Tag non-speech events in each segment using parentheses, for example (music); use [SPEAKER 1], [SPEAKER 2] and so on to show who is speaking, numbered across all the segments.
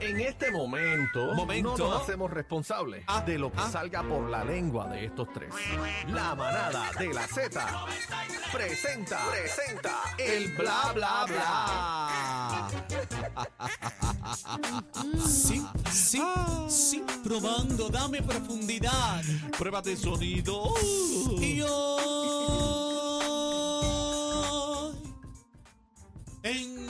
[SPEAKER 1] En este momento,
[SPEAKER 2] Momento.
[SPEAKER 1] no nos hacemos responsables
[SPEAKER 2] Ah,
[SPEAKER 1] de lo que
[SPEAKER 2] ah.
[SPEAKER 1] salga por la lengua de estos tres. La manada de la Z presenta, presenta el bla bla bla.
[SPEAKER 3] Sí, sí, sí, probando, dame profundidad.
[SPEAKER 2] Prueba de sonido.
[SPEAKER 3] Y yo. En.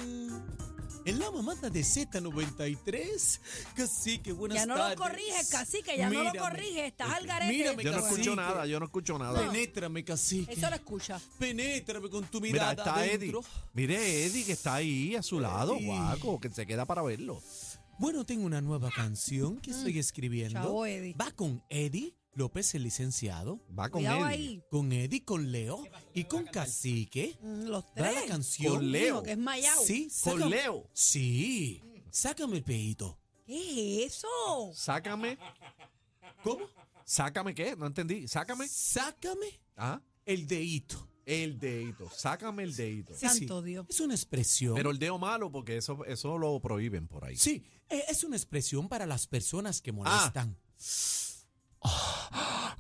[SPEAKER 3] En la mamada de Z93. Cacique, buenas
[SPEAKER 4] Ya no lo
[SPEAKER 3] tardes.
[SPEAKER 4] corriges, cacique, ya no lo corriges, estás al garete.
[SPEAKER 3] Mírame,
[SPEAKER 2] Yo no
[SPEAKER 3] cacique.
[SPEAKER 2] escucho nada, yo no escucho nada.
[SPEAKER 3] Penétrame, cacique.
[SPEAKER 4] Eso lo escucha.
[SPEAKER 3] Penétrame con tu
[SPEAKER 2] Mira,
[SPEAKER 3] mirada
[SPEAKER 2] está
[SPEAKER 3] adentro.
[SPEAKER 2] Eddie. Mire, Eddie que está ahí a su lado,
[SPEAKER 3] Eddie.
[SPEAKER 2] guaco, que se queda para verlo.
[SPEAKER 3] Bueno, tengo una nueva canción que estoy escribiendo.
[SPEAKER 4] Mm, Chao, Eddie.
[SPEAKER 3] Va con Eddie López, el licenciado.
[SPEAKER 2] Va con
[SPEAKER 4] Cuidado
[SPEAKER 2] Eddie.
[SPEAKER 4] ahí.
[SPEAKER 3] Con Eddie, con Leo y con Cacique.
[SPEAKER 4] Mm, Los
[SPEAKER 3] Da la
[SPEAKER 4] tres.
[SPEAKER 3] canción.
[SPEAKER 2] Con Leo.
[SPEAKER 4] Digo que es Mayao.
[SPEAKER 3] Sí,
[SPEAKER 2] Con
[SPEAKER 3] sácame-
[SPEAKER 2] Leo.
[SPEAKER 3] Sí. Sácame el peito.
[SPEAKER 4] ¿Qué es eso?
[SPEAKER 2] Sácame.
[SPEAKER 3] ¿Cómo?
[SPEAKER 2] Sácame qué? No entendí. Sácame.
[SPEAKER 3] Sácame
[SPEAKER 2] Ah,
[SPEAKER 3] el deito.
[SPEAKER 2] el dedito. Sácame el dedito.
[SPEAKER 3] Sí, sí.
[SPEAKER 4] Santo Dios.
[SPEAKER 3] Es una expresión.
[SPEAKER 2] Pero el dedo malo, porque eso, eso lo prohíben por ahí.
[SPEAKER 3] sí, eh, es una expresión para las personas
[SPEAKER 2] Ah.
[SPEAKER 3] que molestan.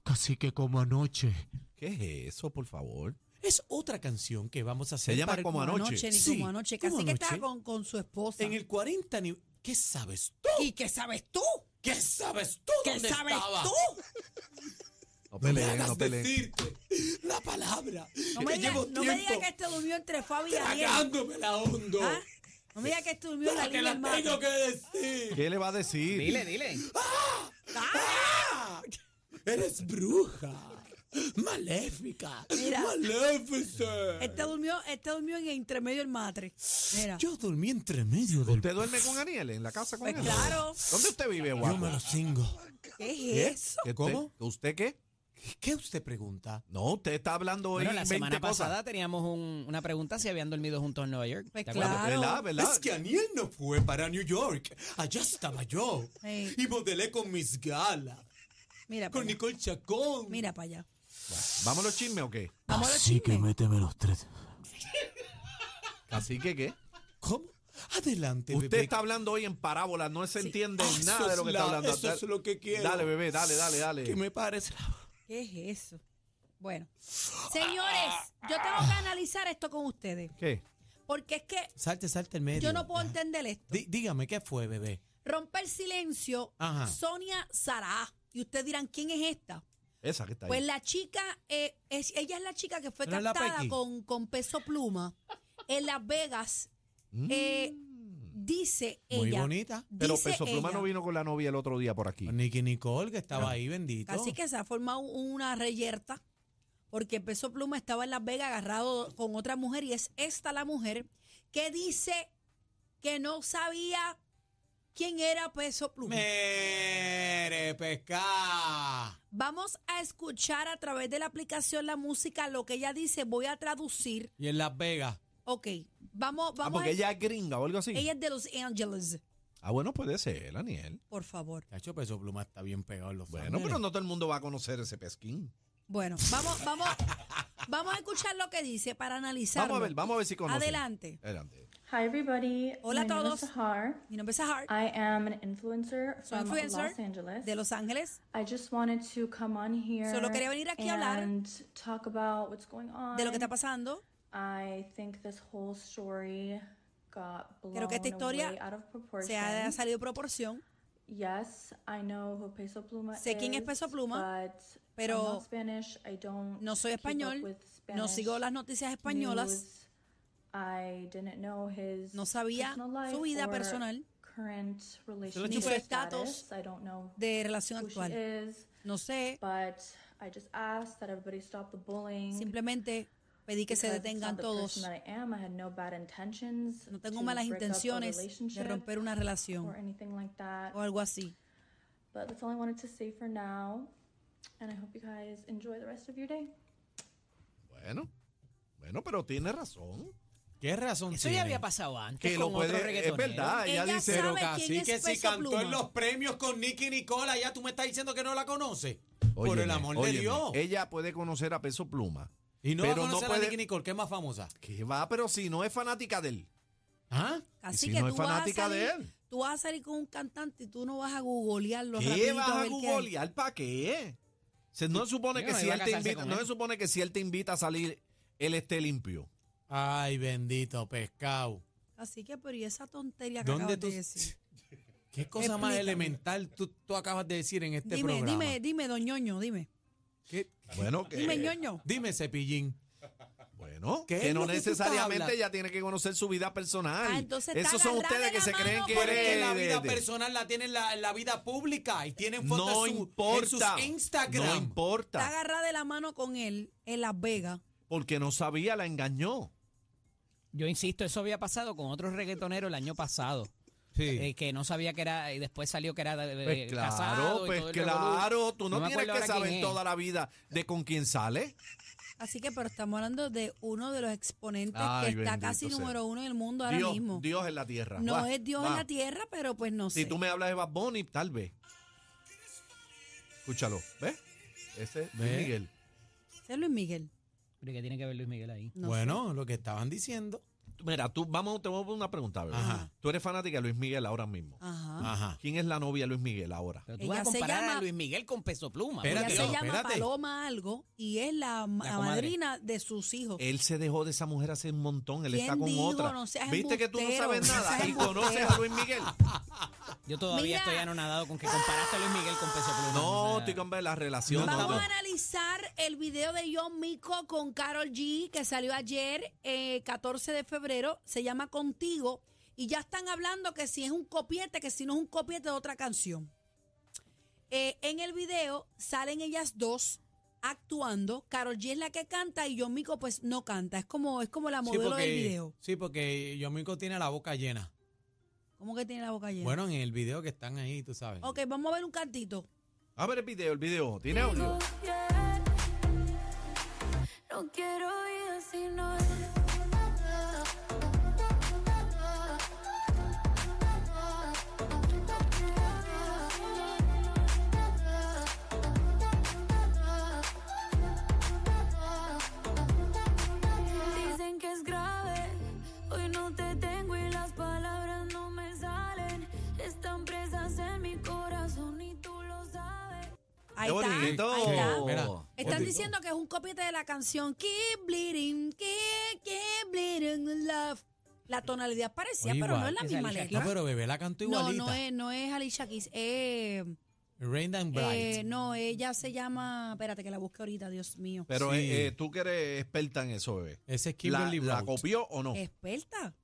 [SPEAKER 3] casi que como anoche.
[SPEAKER 2] ¿Qué es eso, por favor?
[SPEAKER 3] Es otra canción que vamos a hacer.
[SPEAKER 2] Se llama
[SPEAKER 3] para el-
[SPEAKER 2] Como Anoche.
[SPEAKER 4] ni
[SPEAKER 3] Sí,
[SPEAKER 4] como anoche.
[SPEAKER 3] como
[SPEAKER 4] Casi que
[SPEAKER 3] anoche.
[SPEAKER 4] estaba con, con su esposa.
[SPEAKER 3] En el 40 ani- ¿Qué sabes tú?
[SPEAKER 4] ¿Y qué sabes tú?
[SPEAKER 3] ¿Qué sabes tú?
[SPEAKER 4] ¿Qué
[SPEAKER 3] dónde
[SPEAKER 4] sabes
[SPEAKER 3] estaba?
[SPEAKER 4] tú?
[SPEAKER 2] No
[SPEAKER 3] No me
[SPEAKER 2] peleen,
[SPEAKER 3] hagas
[SPEAKER 2] no peleen.
[SPEAKER 3] decirte la palabra.
[SPEAKER 4] No me
[SPEAKER 3] que eh,
[SPEAKER 4] digas
[SPEAKER 3] llevo
[SPEAKER 4] no me digas
[SPEAKER 3] tiempo
[SPEAKER 4] que este durmió entre Fabi y Ariel.
[SPEAKER 3] tragándome la hondo.
[SPEAKER 4] ¿Ah? No me digas que este durmió en la
[SPEAKER 3] Pero que
[SPEAKER 4] línea
[SPEAKER 3] la
[SPEAKER 4] hermana.
[SPEAKER 3] tengo que decir.
[SPEAKER 2] ¿Qué le va a decir?
[SPEAKER 5] Dile, dile.
[SPEAKER 3] ¡Ah! Eres bruja. Maléfica.
[SPEAKER 4] Mira.
[SPEAKER 3] Maléfica.
[SPEAKER 4] Este durmió, este durmió en entre medio del matre. Mira.
[SPEAKER 3] Yo dormí entre medio del...
[SPEAKER 2] ¿Usted duerme con Aniel en la casa con
[SPEAKER 4] Pues
[SPEAKER 2] él?
[SPEAKER 4] claro.
[SPEAKER 2] ¿Dónde usted vive,
[SPEAKER 3] Yo me
[SPEAKER 2] guapo?
[SPEAKER 3] lo ¿Eh? cingo.
[SPEAKER 4] ¿Qué es eso?
[SPEAKER 2] ¿Qué usted-
[SPEAKER 3] ¿Cómo?
[SPEAKER 2] ¿Usted qué?
[SPEAKER 3] ¿Qué usted pregunta?
[SPEAKER 2] No, usted está hablando hoy
[SPEAKER 5] Bueno, la
[SPEAKER 2] 20
[SPEAKER 5] semana
[SPEAKER 2] cosas.
[SPEAKER 5] pasada teníamos un- una pregunta si habían dormido juntos en Nueva York.
[SPEAKER 4] Pues
[SPEAKER 5] ¿Te acuerdas?
[SPEAKER 4] Claro.
[SPEAKER 2] ¿Verdad? ¿Verdad?
[SPEAKER 3] Es que Aniel no fue para New York. Allá estaba yo.
[SPEAKER 4] Ey.
[SPEAKER 3] Y modelé con Miss Gala.
[SPEAKER 4] Mira para
[SPEAKER 3] Con
[SPEAKER 4] allá.
[SPEAKER 3] Nicole Ah, Chacón.
[SPEAKER 4] Mira para allá.
[SPEAKER 2] ¿Vamos a los chismes o qué?
[SPEAKER 4] Vamos a los chismes.
[SPEAKER 3] méteme los tres.
[SPEAKER 2] Así que, ¿qué?
[SPEAKER 3] ¿Cómo? Adelante,
[SPEAKER 2] Usted
[SPEAKER 3] bebé.
[SPEAKER 2] está hablando hoy en parábola, no se entiende
[SPEAKER 3] Ah,
[SPEAKER 2] nada
[SPEAKER 3] eso
[SPEAKER 2] de
[SPEAKER 3] es
[SPEAKER 2] lo que está
[SPEAKER 3] la-
[SPEAKER 2] hablando.
[SPEAKER 3] eso es lo que quiero.
[SPEAKER 2] Dale, bebé, dale, dale, dale.
[SPEAKER 3] Que me parece...
[SPEAKER 4] ¿Qué es eso? Bueno, señores, yo tengo que analizar esto con ustedes.
[SPEAKER 2] ¿Qué?
[SPEAKER 4] Porque es que
[SPEAKER 3] Salte, salte el medio.
[SPEAKER 4] yo no puedo
[SPEAKER 3] Ajá.
[SPEAKER 4] entender esto.
[SPEAKER 3] Dí- dígame, ¿qué fue, bebé?
[SPEAKER 4] Romper silencio,
[SPEAKER 3] Ajá.
[SPEAKER 4] Sonia Sará. Y ustedes dirán, ¿quién es esta?
[SPEAKER 2] Esa que está ahí.
[SPEAKER 4] Pues la chica, eh, es- ella es la chica que fue
[SPEAKER 3] ¿No es la
[SPEAKER 4] captada
[SPEAKER 3] Pequi?
[SPEAKER 4] con, con peso pluma en Las Vegas. eh, dice
[SPEAKER 3] Muy
[SPEAKER 4] ella.
[SPEAKER 3] bonita.
[SPEAKER 2] Mm. Pero
[SPEAKER 4] dice
[SPEAKER 2] Peso Pluma
[SPEAKER 4] ella,
[SPEAKER 2] no vino con la novia el otro día por aquí. Ah,
[SPEAKER 3] Nicky Nicole, que estaba ahí, bendito.
[SPEAKER 4] Así que se ha formado una reyerta porque Peso Pluma estaba en Las Vegas agarrado con otra mujer y es esta la mujer que dice que no sabía quién era Peso Pluma.
[SPEAKER 3] ¡Mere, pesca!
[SPEAKER 4] Vamos a escuchar a través de la aplicación la música, lo que ella dice, voy a traducir.
[SPEAKER 3] Y en Las Vegas.
[SPEAKER 4] Ok, vamos,
[SPEAKER 2] Ah,
[SPEAKER 4] vamos.
[SPEAKER 2] porque
[SPEAKER 4] a-
[SPEAKER 2] ella es gringa o algo así.
[SPEAKER 4] ella es de Los Ángeles,
[SPEAKER 2] Ah, bueno, puede ser, Aniel.
[SPEAKER 4] por favor.
[SPEAKER 3] Cacho, Peso Pluma está bien pegado en los
[SPEAKER 2] Bueno,
[SPEAKER 3] paneles.
[SPEAKER 2] pero no todo el mundo va a conocer ese pesquín.
[SPEAKER 4] Bueno, vamos,
[SPEAKER 2] (laughs)
[SPEAKER 4] vamos, vamos a escuchar lo que dice para analizar.
[SPEAKER 2] Vamos a ver, vamos a ver si conoce.
[SPEAKER 4] Adelante.
[SPEAKER 2] Adelante.
[SPEAKER 6] Hi, everybody.
[SPEAKER 4] Hola a
[SPEAKER 6] My name
[SPEAKER 4] todos.
[SPEAKER 6] is Sahar.
[SPEAKER 4] Mi nombre es Hart,
[SPEAKER 6] I am an influencer
[SPEAKER 4] soy
[SPEAKER 6] from
[SPEAKER 4] influencer
[SPEAKER 6] Los Angeles.
[SPEAKER 4] de Los Ángeles.
[SPEAKER 6] I just wanted to come on here
[SPEAKER 4] Solo quería venir aquí a hablar
[SPEAKER 6] and talk about what's going on.
[SPEAKER 4] de lo que está pasando.
[SPEAKER 6] I think this whole story got blown
[SPEAKER 4] Creo que esta historia
[SPEAKER 6] away out of
[SPEAKER 4] Se
[SPEAKER 6] proportion.
[SPEAKER 4] ha salido de proporción.
[SPEAKER 6] Yes, I know who Peso Pluma
[SPEAKER 4] Sé quién es
[SPEAKER 6] is,
[SPEAKER 4] Peso Pluma,
[SPEAKER 6] but I'm
[SPEAKER 4] pero
[SPEAKER 6] not Spanish. I don't
[SPEAKER 4] No soy
[SPEAKER 6] keep up
[SPEAKER 4] español,
[SPEAKER 6] with
[SPEAKER 4] no
[SPEAKER 6] Spanish
[SPEAKER 4] sigo las noticias españolas.
[SPEAKER 6] news. I didn't know his
[SPEAKER 4] No sabía
[SPEAKER 6] personal life
[SPEAKER 4] su vida
[SPEAKER 6] or
[SPEAKER 4] personal.
[SPEAKER 6] current
[SPEAKER 4] Ni su
[SPEAKER 6] relationship
[SPEAKER 4] estatus
[SPEAKER 6] status. I don't know
[SPEAKER 4] de relación
[SPEAKER 6] who she
[SPEAKER 4] actual.
[SPEAKER 6] is,
[SPEAKER 4] No sé,
[SPEAKER 6] but I just asked that everybody stop the bullying.
[SPEAKER 4] simplemente pedí que se
[SPEAKER 6] because it's
[SPEAKER 4] detengan
[SPEAKER 6] not the
[SPEAKER 4] todos.
[SPEAKER 6] person that I am. I had no bad intentions
[SPEAKER 4] No tengo
[SPEAKER 6] to
[SPEAKER 4] malas
[SPEAKER 6] break up a
[SPEAKER 4] intenciones de
[SPEAKER 6] relationship
[SPEAKER 4] romper una
[SPEAKER 6] or
[SPEAKER 4] relación
[SPEAKER 6] anything like that.
[SPEAKER 4] o algo así.
[SPEAKER 6] But that's all I wanted to say for now. And I hope you guys enjoy the rest of your day.
[SPEAKER 2] Bueno, bueno, pero tiene razón.
[SPEAKER 3] ¿Qué razón
[SPEAKER 5] Eso ya
[SPEAKER 3] tiene?
[SPEAKER 5] había pasado antes
[SPEAKER 2] Que
[SPEAKER 5] con
[SPEAKER 2] lo puede.
[SPEAKER 5] otro
[SPEAKER 2] Es
[SPEAKER 5] reggaetonero.
[SPEAKER 2] verdad, ella,
[SPEAKER 4] Ella
[SPEAKER 2] dice.
[SPEAKER 3] Pero
[SPEAKER 4] ¿Sabe
[SPEAKER 3] casi
[SPEAKER 4] quién es
[SPEAKER 3] que si
[SPEAKER 4] Peso
[SPEAKER 3] cantó
[SPEAKER 4] Pluma?
[SPEAKER 3] en los premios con Nicky Nicola, ya tú me estás diciendo que no la conoces. Por
[SPEAKER 2] Óyeme,
[SPEAKER 3] el amor
[SPEAKER 2] óyeme,
[SPEAKER 3] de Dios.
[SPEAKER 2] Ella puede conocer a Peso Pluma.
[SPEAKER 3] y no
[SPEAKER 2] pero
[SPEAKER 3] va a
[SPEAKER 2] no
[SPEAKER 3] conocer a
[SPEAKER 2] puede-
[SPEAKER 3] Nicky Nicole, que es más famosa.
[SPEAKER 2] Que va, pero si no es fanática de él.
[SPEAKER 3] ¿Ah?
[SPEAKER 2] Y
[SPEAKER 4] Así
[SPEAKER 2] si
[SPEAKER 4] que
[SPEAKER 2] no
[SPEAKER 4] tú
[SPEAKER 2] es
[SPEAKER 4] vas a
[SPEAKER 2] fanática de
[SPEAKER 4] salir-
[SPEAKER 2] él.
[SPEAKER 4] Tú vas a salir con un cantante y tú no vas a googlearlo
[SPEAKER 2] ¿Qué
[SPEAKER 4] rapidito
[SPEAKER 2] vas a
[SPEAKER 4] ver qué hay.
[SPEAKER 2] googlear? ¿Para qué? Se, no se supone
[SPEAKER 5] Yo
[SPEAKER 2] que
[SPEAKER 5] no
[SPEAKER 2] si
[SPEAKER 5] iba a
[SPEAKER 2] él te
[SPEAKER 5] casarse
[SPEAKER 2] invita,
[SPEAKER 5] con
[SPEAKER 2] no
[SPEAKER 5] él.
[SPEAKER 2] se supone que si él te invita a salir, él esté limpio.
[SPEAKER 3] Ay, bendito pescado.
[SPEAKER 4] Así que, pero y esa tontería que
[SPEAKER 3] ¿Dónde
[SPEAKER 4] acabas
[SPEAKER 3] tú?
[SPEAKER 4] de decir.
[SPEAKER 3] ¿Qué cosa más
[SPEAKER 4] Explícame.
[SPEAKER 3] elemental tú, tú acabas de decir en este
[SPEAKER 4] dime,
[SPEAKER 3] programa?
[SPEAKER 4] dime, dime, don ñoño, dime.
[SPEAKER 3] ¿Qué?
[SPEAKER 2] Bueno, que,
[SPEAKER 4] Dime, ñoño.
[SPEAKER 3] Dime, cepillín.
[SPEAKER 2] bueno,
[SPEAKER 3] ¿Qué
[SPEAKER 2] que
[SPEAKER 3] es
[SPEAKER 2] no
[SPEAKER 3] lo que tú estás
[SPEAKER 2] necesariamente
[SPEAKER 3] hablando?
[SPEAKER 2] ella tiene que conocer su vida personal.
[SPEAKER 4] Ah, entonces está
[SPEAKER 2] Esos son
[SPEAKER 4] agarrada
[SPEAKER 2] ustedes
[SPEAKER 4] de
[SPEAKER 2] que
[SPEAKER 4] la
[SPEAKER 2] se creen
[SPEAKER 4] mano
[SPEAKER 2] que...
[SPEAKER 4] porque
[SPEAKER 3] Porque
[SPEAKER 2] de-
[SPEAKER 3] la
[SPEAKER 2] de-
[SPEAKER 3] vida
[SPEAKER 2] de-
[SPEAKER 3] personal la tienen la, en la vida pública y tienen fotos
[SPEAKER 2] No
[SPEAKER 3] en su- en sus
[SPEAKER 2] importa. No
[SPEAKER 3] Instagram.
[SPEAKER 4] Está
[SPEAKER 2] importa.
[SPEAKER 4] agarrada de la mano con él en Las Vegas.
[SPEAKER 2] Porque no sabía, la engañó.
[SPEAKER 5] Yo insisto, eso había pasado con otro reggaetonero el año pasado.
[SPEAKER 3] Sí.
[SPEAKER 5] eh, que no sabía que era, y después salió que era eh,
[SPEAKER 2] Pues claro,
[SPEAKER 5] casado. y
[SPEAKER 2] pues
[SPEAKER 5] todo el revolú.
[SPEAKER 2] claro. Tú no,
[SPEAKER 5] me
[SPEAKER 2] tienes
[SPEAKER 5] acuerdo
[SPEAKER 2] que
[SPEAKER 5] ahora quién
[SPEAKER 2] saber
[SPEAKER 5] es.
[SPEAKER 2] toda la vida de con quién sale.
[SPEAKER 4] Así que, pero estamos hablando de uno de los exponentes
[SPEAKER 2] Ay,
[SPEAKER 4] que está
[SPEAKER 2] bendito
[SPEAKER 4] casi
[SPEAKER 2] sea.
[SPEAKER 4] número uno en el mundo ahora
[SPEAKER 2] Dios,
[SPEAKER 4] mismo.
[SPEAKER 2] Dios en la tierra.
[SPEAKER 4] no
[SPEAKER 2] Va,
[SPEAKER 4] es Dios en
[SPEAKER 2] va.
[SPEAKER 4] la tierra, pero pues no
[SPEAKER 2] Si
[SPEAKER 4] sé.
[SPEAKER 2] tú me hablas de Bad Bunny, tal vez. Escúchalo, ¿ves? Ese es Luis
[SPEAKER 3] ¿Ve?
[SPEAKER 2] Miguel.
[SPEAKER 4] Ese es Luis Miguel.
[SPEAKER 5] Pero que tiene que ver Luis Miguel ahí.
[SPEAKER 4] No
[SPEAKER 3] bueno, lo que estaban diciendo.
[SPEAKER 2] Mira, tú, vamos, te voy a poner una pregunta, bebé.
[SPEAKER 3] Ajá.
[SPEAKER 2] Tú eres fanática de Luis Miguel ahora mismo.
[SPEAKER 4] sé. Ajá.
[SPEAKER 3] Ajá.
[SPEAKER 2] ¿Quién es la novia de Luis Miguel ahora?
[SPEAKER 5] Pero tú
[SPEAKER 4] Ella
[SPEAKER 5] vas a
[SPEAKER 4] se
[SPEAKER 5] comparar
[SPEAKER 4] llama-
[SPEAKER 5] a Luis Miguel con Peso Pluma.
[SPEAKER 3] Espérate,
[SPEAKER 4] Ella se
[SPEAKER 3] no,
[SPEAKER 4] llama
[SPEAKER 3] espérate.
[SPEAKER 4] Paloma algo y es la, ma-
[SPEAKER 5] La
[SPEAKER 4] la
[SPEAKER 5] comadre.
[SPEAKER 4] madrina de sus hijos.
[SPEAKER 2] Él se dejó de esa mujer hace un montón. Él
[SPEAKER 4] ¿Quién
[SPEAKER 2] está con
[SPEAKER 4] dijo?
[SPEAKER 2] otra.
[SPEAKER 4] No seas
[SPEAKER 2] ¿Viste que tú no
[SPEAKER 4] embustero,
[SPEAKER 2] sabes
[SPEAKER 4] no
[SPEAKER 2] nada
[SPEAKER 4] seas
[SPEAKER 2] y conoces a
[SPEAKER 4] embustero.
[SPEAKER 2] Luis
[SPEAKER 4] (laughs)
[SPEAKER 2] Miguel?
[SPEAKER 5] Yo todavía
[SPEAKER 4] Mira.
[SPEAKER 5] estoy anonadado con que comparaste a Luis Miguel con Peso Pluma.
[SPEAKER 2] No,
[SPEAKER 5] O sea,
[SPEAKER 2] estoy con la relación.
[SPEAKER 4] Vamos
[SPEAKER 2] no,
[SPEAKER 4] a analizar el video de John Mico con Carol G que salió ayer, eh, 14 de febrero. Se llama Contigo. Y ya están hablando que si es un copiete, que si no es un copiete de otra canción. Eh, en el video salen ellas dos actuando. Carol G es la que canta y John Mico pues no canta. Es como, es como la
[SPEAKER 3] Sí,
[SPEAKER 4] modelo
[SPEAKER 3] porque-
[SPEAKER 4] del video.
[SPEAKER 3] Sí, porque Yomico tiene la boca llena.
[SPEAKER 4] ¿Cómo que tiene la boca llena?
[SPEAKER 3] Bueno, en el video que están ahí, tú sabes.
[SPEAKER 4] Ok, vamos a ver un cantito.
[SPEAKER 2] A ver el video, el video. ¿Tiene audio?
[SPEAKER 7] No quiero ir si no Dicen que es grave, hoy no te tengo y las palabras no me salen. Están presas en mi corazón y tú lo sabes.
[SPEAKER 4] Ahí
[SPEAKER 2] Qué
[SPEAKER 4] está.
[SPEAKER 2] bonito.
[SPEAKER 4] Ahí está.
[SPEAKER 3] Sí, mira.
[SPEAKER 4] Están
[SPEAKER 3] Bonito.
[SPEAKER 4] diciendo que es un copiete de la canción Keep Bleeding, Keep, keep Bleeding in Love. La tonalidad parecía,
[SPEAKER 3] Oye,
[SPEAKER 4] pero no
[SPEAKER 3] igual,
[SPEAKER 4] es la
[SPEAKER 5] esa
[SPEAKER 4] misma
[SPEAKER 5] Alicia
[SPEAKER 3] No,
[SPEAKER 4] letra.
[SPEAKER 3] Ah, pero bebé la cantó
[SPEAKER 4] No,
[SPEAKER 3] igualita.
[SPEAKER 4] no es, no es Alicia Keys. eh,
[SPEAKER 3] Rain and Bright.
[SPEAKER 4] eh, no, ella se llama... Espérate, que la busque ahorita, Dios mío.
[SPEAKER 2] Pero
[SPEAKER 3] Sí.
[SPEAKER 2] eh, eh, tú que eres experta en eso, bebé.
[SPEAKER 3] Ese es
[SPEAKER 2] ¿La,
[SPEAKER 3] Kimberly
[SPEAKER 2] la
[SPEAKER 3] Road.
[SPEAKER 2] copió o no?
[SPEAKER 4] Experta.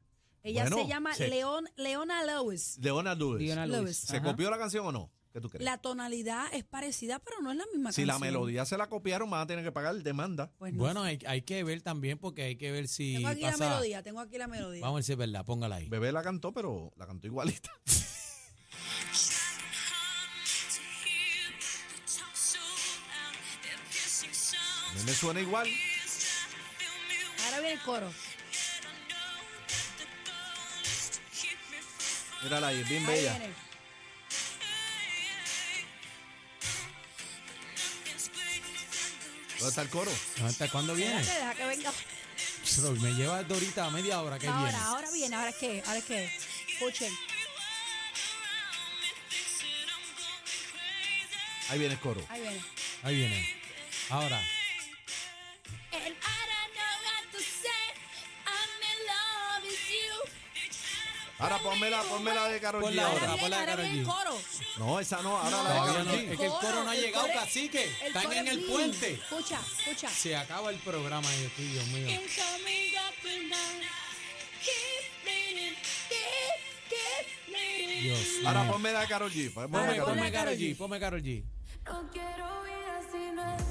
[SPEAKER 4] Ella
[SPEAKER 2] Bueno,
[SPEAKER 4] se llama
[SPEAKER 2] se-
[SPEAKER 4] Leon, Leona Lewis.
[SPEAKER 2] Leona Lewis.
[SPEAKER 5] Diona Lewis.
[SPEAKER 4] Lewis.
[SPEAKER 2] ¿Se
[SPEAKER 5] Ajá.
[SPEAKER 2] copió la canción o no? ¿Qué tú crees?
[SPEAKER 4] La tonalidad es parecida, pero no es la misma
[SPEAKER 2] si
[SPEAKER 4] canción.
[SPEAKER 2] la melodía se la copiaron, van a tener que pagar demanda.
[SPEAKER 4] Pues no
[SPEAKER 3] Bueno,
[SPEAKER 4] sé.
[SPEAKER 3] hay, hay que ver también porque hay que ver si
[SPEAKER 4] tengo aquí
[SPEAKER 3] pasa.
[SPEAKER 4] la melodía, tengo aquí la melodía.
[SPEAKER 3] Vamos a ver si es verdad, póngala ahí.
[SPEAKER 2] Bebé la cantó, pero la cantó igualita. (laughs) A mí me suena igual.
[SPEAKER 4] Ahora viene el coro.
[SPEAKER 2] Mírala ahí, es bien
[SPEAKER 4] Ahí
[SPEAKER 2] bella.
[SPEAKER 4] viene.
[SPEAKER 2] ¿Dónde está el coro?
[SPEAKER 3] No, ¿Hasta cuándo viene?
[SPEAKER 4] Espérate, deja que venga.
[SPEAKER 3] Pero me lleva Dorita a media hora que
[SPEAKER 4] ahora,
[SPEAKER 3] viene.
[SPEAKER 4] ahora viene, ahora es que, ahora es que. Escuchen.
[SPEAKER 2] Ahí viene el coro.
[SPEAKER 4] Ahí viene.
[SPEAKER 3] Ahí viene. Ahora.
[SPEAKER 7] And I don't know what to say. I'm in love with you.
[SPEAKER 2] Ahora ponmela, ponmela de Karol
[SPEAKER 3] Pon la
[SPEAKER 2] G
[SPEAKER 3] otra,
[SPEAKER 4] Ahora
[SPEAKER 2] ahora.
[SPEAKER 3] pon la
[SPEAKER 4] viene,
[SPEAKER 3] de
[SPEAKER 4] ahora
[SPEAKER 3] Karol
[SPEAKER 4] viene el
[SPEAKER 3] G.
[SPEAKER 4] coro.
[SPEAKER 2] No, esa no, ahora la de
[SPEAKER 3] Todavía
[SPEAKER 2] Karol
[SPEAKER 3] no,
[SPEAKER 2] G.
[SPEAKER 3] es que el coro no ha
[SPEAKER 4] el
[SPEAKER 3] llegado,
[SPEAKER 4] coro-
[SPEAKER 3] cacique.
[SPEAKER 4] el
[SPEAKER 3] Están
[SPEAKER 4] coro-
[SPEAKER 3] en el
[SPEAKER 4] Mm.
[SPEAKER 3] puente.
[SPEAKER 4] Escucha, escucha.
[SPEAKER 3] Se acaba el programa de aquí, Dios mío.
[SPEAKER 7] It's coming up and down. Keep bleeding, keep, keep bleeding.
[SPEAKER 3] Dios mío.
[SPEAKER 2] Ahora ponmela de Karol G. Ponmela de
[SPEAKER 3] Ponme,
[SPEAKER 4] Ahora,
[SPEAKER 2] Karol
[SPEAKER 4] ponla
[SPEAKER 3] ponme
[SPEAKER 4] de
[SPEAKER 2] G.
[SPEAKER 3] Karol
[SPEAKER 4] Karol
[SPEAKER 3] G,
[SPEAKER 4] G.
[SPEAKER 3] ponme Karol G.
[SPEAKER 7] No quiero ir si no es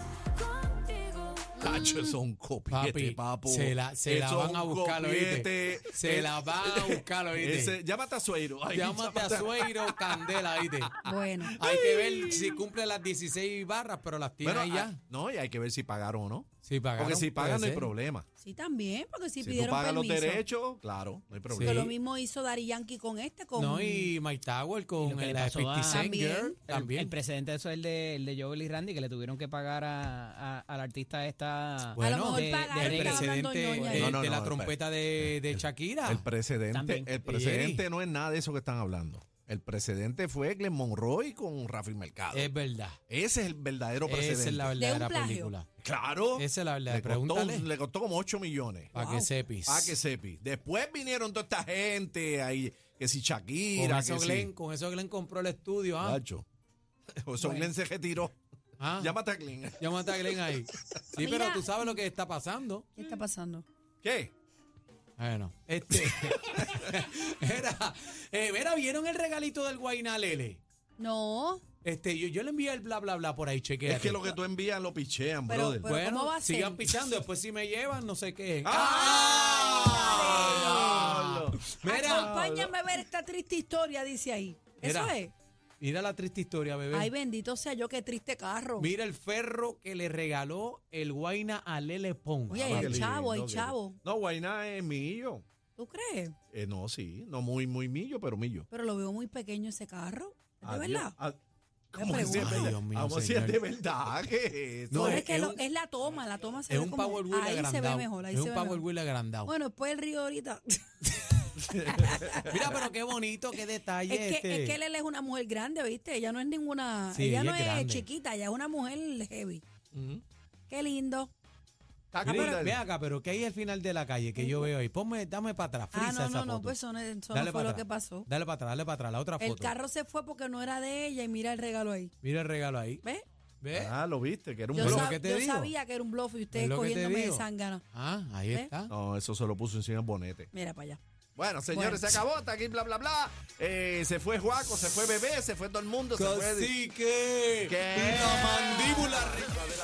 [SPEAKER 7] contigo.
[SPEAKER 2] Cacho, eso es un copiete,
[SPEAKER 3] Papi,
[SPEAKER 2] papo.
[SPEAKER 3] se la- se la
[SPEAKER 2] Eso es
[SPEAKER 3] van a
[SPEAKER 2] un
[SPEAKER 3] buscar, ¿oíste?
[SPEAKER 2] copiete.
[SPEAKER 3] Se la van a buscar, ¿oíste?
[SPEAKER 2] Ese- Llámate a Suero. Ay,
[SPEAKER 3] Llámate
[SPEAKER 2] (laughs)
[SPEAKER 3] a Sueiro Candela, ¿viste?
[SPEAKER 4] Bueno.
[SPEAKER 3] Ah. Hay que ver si cumple las 16 barras, pero las tiene
[SPEAKER 2] Bueno,
[SPEAKER 3] ahí
[SPEAKER 2] ah,
[SPEAKER 3] ya.
[SPEAKER 2] no, y hay que ver si pagaron o no.
[SPEAKER 3] Sí, pagaron,
[SPEAKER 2] Porque si pagan no hay
[SPEAKER 3] puede ser.
[SPEAKER 2] problema.
[SPEAKER 4] Sí, también, porque si,
[SPEAKER 2] Si tú
[SPEAKER 4] pidieron
[SPEAKER 2] pagas los
[SPEAKER 4] permiso.
[SPEAKER 2] derechos, claro, no hay
[SPEAKER 4] Que
[SPEAKER 2] problema.
[SPEAKER 4] lo mismo hizo Dari Yankee con este, con
[SPEAKER 3] No, y Mike Tower
[SPEAKER 5] Y
[SPEAKER 3] con
[SPEAKER 5] lo que le
[SPEAKER 3] la
[SPEAKER 5] pasó a-
[SPEAKER 3] 50 Cent
[SPEAKER 4] También.
[SPEAKER 3] Girl
[SPEAKER 5] El- El,
[SPEAKER 3] también.
[SPEAKER 5] precedente de eso es el de, el de Joel y Randy, que le tuvieron que pagar a, a- al artista esta.
[SPEAKER 3] Bueno,
[SPEAKER 4] a lo mejor
[SPEAKER 5] de-
[SPEAKER 4] pagaron,
[SPEAKER 5] de
[SPEAKER 3] El
[SPEAKER 4] estaba hablando
[SPEAKER 3] precedente
[SPEAKER 4] ñoña
[SPEAKER 3] de,
[SPEAKER 4] ahí.
[SPEAKER 2] No, no,
[SPEAKER 3] de la
[SPEAKER 2] no,
[SPEAKER 3] trompeta de, de Shakira.
[SPEAKER 2] El precedente,
[SPEAKER 5] También.
[SPEAKER 2] el
[SPEAKER 3] Sí.
[SPEAKER 2] precedente no es nada de eso que están hablando. El precedente fue Glenn Monroy con Rafael Mercado.
[SPEAKER 3] es verdad.
[SPEAKER 2] Ese es el verdadero precedente.
[SPEAKER 3] Eh, Esa es la verdadera
[SPEAKER 4] plagio.
[SPEAKER 3] película.
[SPEAKER 2] Claro.
[SPEAKER 3] Esa es la verdad.
[SPEAKER 2] Le costó,
[SPEAKER 3] Pregúntale.
[SPEAKER 2] le costó como 8 millones.
[SPEAKER 3] Para que sepis.
[SPEAKER 2] Ah, que sepi. Después vinieron toda esta gente ahí, que si
[SPEAKER 3] con
[SPEAKER 2] Shakira, que
[SPEAKER 3] eso
[SPEAKER 2] si...
[SPEAKER 3] Glenn, con eso Glenn compró el estudio. Ah,
[SPEAKER 2] (laughs) Nacho. O sea, Glenn se retiró.
[SPEAKER 3] ah,
[SPEAKER 2] Llámate a Glenn.
[SPEAKER 3] llámate a Glenn ahí. Sí,
[SPEAKER 4] Mira.
[SPEAKER 3] pero tú sabes lo que está pasando.
[SPEAKER 4] ¿Qué está pasando?
[SPEAKER 2] ¿Qué?
[SPEAKER 3] Bueno, este. (laughs) era, eh, mira, ¿vieron el regalito del Guainalele?
[SPEAKER 4] No,
[SPEAKER 3] Este, yo, yo le envié el bla bla bla por ahí, chequea.
[SPEAKER 2] Es que lo que tú envías lo pichean,
[SPEAKER 4] Pero- pues,
[SPEAKER 2] brother.
[SPEAKER 4] pero-
[SPEAKER 3] bueno,
[SPEAKER 4] ¿cómo va a ser?
[SPEAKER 3] sigan pichando, después si me llevan, no sé qué.
[SPEAKER 2] ¡Ah!
[SPEAKER 3] ¡Ah! Mira,
[SPEAKER 4] acompáñame a ver esta triste historia, dice ahí. Eso
[SPEAKER 3] Mira.
[SPEAKER 4] es.
[SPEAKER 3] mira la triste historia, bebé.
[SPEAKER 4] Ay, bendito sea yo, qué triste carro.
[SPEAKER 3] Mira el ferro que le regaló el Guaina a Lele Pons.
[SPEAKER 4] Oye,
[SPEAKER 2] Ah,
[SPEAKER 4] hay
[SPEAKER 2] qué lindo,
[SPEAKER 4] Eh, chavo, hay
[SPEAKER 2] qué lindo.
[SPEAKER 4] chavo.
[SPEAKER 2] No, Guainá es millo.
[SPEAKER 4] ¿Tú crees?
[SPEAKER 2] Eh, no, sí. No muy, muy millo, pero millo.
[SPEAKER 4] Pero lo veo muy pequeño ese carro. ¿Es de
[SPEAKER 2] Adiós.
[SPEAKER 4] verdad?
[SPEAKER 2] Ah, ¿Cómo
[SPEAKER 4] Me
[SPEAKER 2] que sí es
[SPEAKER 4] pregunto.
[SPEAKER 2] verdad?
[SPEAKER 3] Ay, Dios mío,
[SPEAKER 2] Vamos si es
[SPEAKER 3] señor.
[SPEAKER 2] de verdad. ¿Qué es eso?
[SPEAKER 3] No,
[SPEAKER 4] Pero
[SPEAKER 3] es-
[SPEAKER 4] es, que
[SPEAKER 3] es
[SPEAKER 4] lo-
[SPEAKER 3] un-
[SPEAKER 4] es la toma, la toma se
[SPEAKER 3] Es
[SPEAKER 4] ve
[SPEAKER 3] un
[SPEAKER 4] como-
[SPEAKER 3] Power Wheel
[SPEAKER 4] Ahí
[SPEAKER 3] agrandado.
[SPEAKER 4] se ve mejor, ahí
[SPEAKER 3] es
[SPEAKER 4] se
[SPEAKER 3] un
[SPEAKER 4] ve
[SPEAKER 3] Power
[SPEAKER 4] mejor.
[SPEAKER 3] Wheel agrandado.
[SPEAKER 4] Bueno, después el río
[SPEAKER 3] (laughs)
[SPEAKER 4] ahorita. Ah,
[SPEAKER 3] Mira, pero qué bonito, qué
[SPEAKER 4] Es
[SPEAKER 3] detalle
[SPEAKER 4] que,
[SPEAKER 3] este.
[SPEAKER 4] es que Lele es una mujer grande, ¿viste? Ella no es ninguna.
[SPEAKER 3] Sí,
[SPEAKER 4] ella,
[SPEAKER 3] ella
[SPEAKER 4] no
[SPEAKER 3] es
[SPEAKER 4] es
[SPEAKER 3] grande.
[SPEAKER 4] chiquita, ella es una mujer heavy.
[SPEAKER 3] Ujú.
[SPEAKER 4] Qué lindo.
[SPEAKER 2] Está
[SPEAKER 3] Mira,
[SPEAKER 2] cool, dale.
[SPEAKER 3] ve acá, Ah, pero ¿qué hay al final de la calle que yo veo ahí? Ponme, dame para atrás, frisa
[SPEAKER 4] Ah, no,
[SPEAKER 3] esa
[SPEAKER 4] no, no,
[SPEAKER 3] foto.
[SPEAKER 4] pues eso no, eso no
[SPEAKER 3] Dale
[SPEAKER 4] fue
[SPEAKER 3] para
[SPEAKER 4] lo
[SPEAKER 3] atrás.
[SPEAKER 4] que pasó.
[SPEAKER 3] Dale para atrás, dale para atrás, la otra
[SPEAKER 4] El
[SPEAKER 3] foto.
[SPEAKER 4] carro se fue porque no era de ella y mira el regalo ahí.
[SPEAKER 3] Mira el regalo ahí.
[SPEAKER 4] ¿Ves?
[SPEAKER 3] ¿Ves?
[SPEAKER 2] Ah, lo viste, que era un
[SPEAKER 4] Yo,
[SPEAKER 3] Pero
[SPEAKER 2] blog.
[SPEAKER 3] lo
[SPEAKER 4] sab-
[SPEAKER 3] que te
[SPEAKER 4] yo
[SPEAKER 3] digo.
[SPEAKER 4] sabía que era un bluff y ustedes
[SPEAKER 3] Es lo que te
[SPEAKER 4] cogiéndome de
[SPEAKER 3] digo.
[SPEAKER 4] zángana.
[SPEAKER 3] Ah, ahí
[SPEAKER 4] ¿Ves?
[SPEAKER 3] está.
[SPEAKER 2] No, eso se lo puso encima del bonete.
[SPEAKER 4] Mira para allá.
[SPEAKER 2] Bueno, señores,
[SPEAKER 4] Bueno.
[SPEAKER 2] se acabó, está aquí, bla, bla, bla. Eh, se fue Juaco, se fue Bebé, se fue todo el mundo, se fue...
[SPEAKER 3] Cacique,
[SPEAKER 2] ¿Qué?
[SPEAKER 3] la mandíbula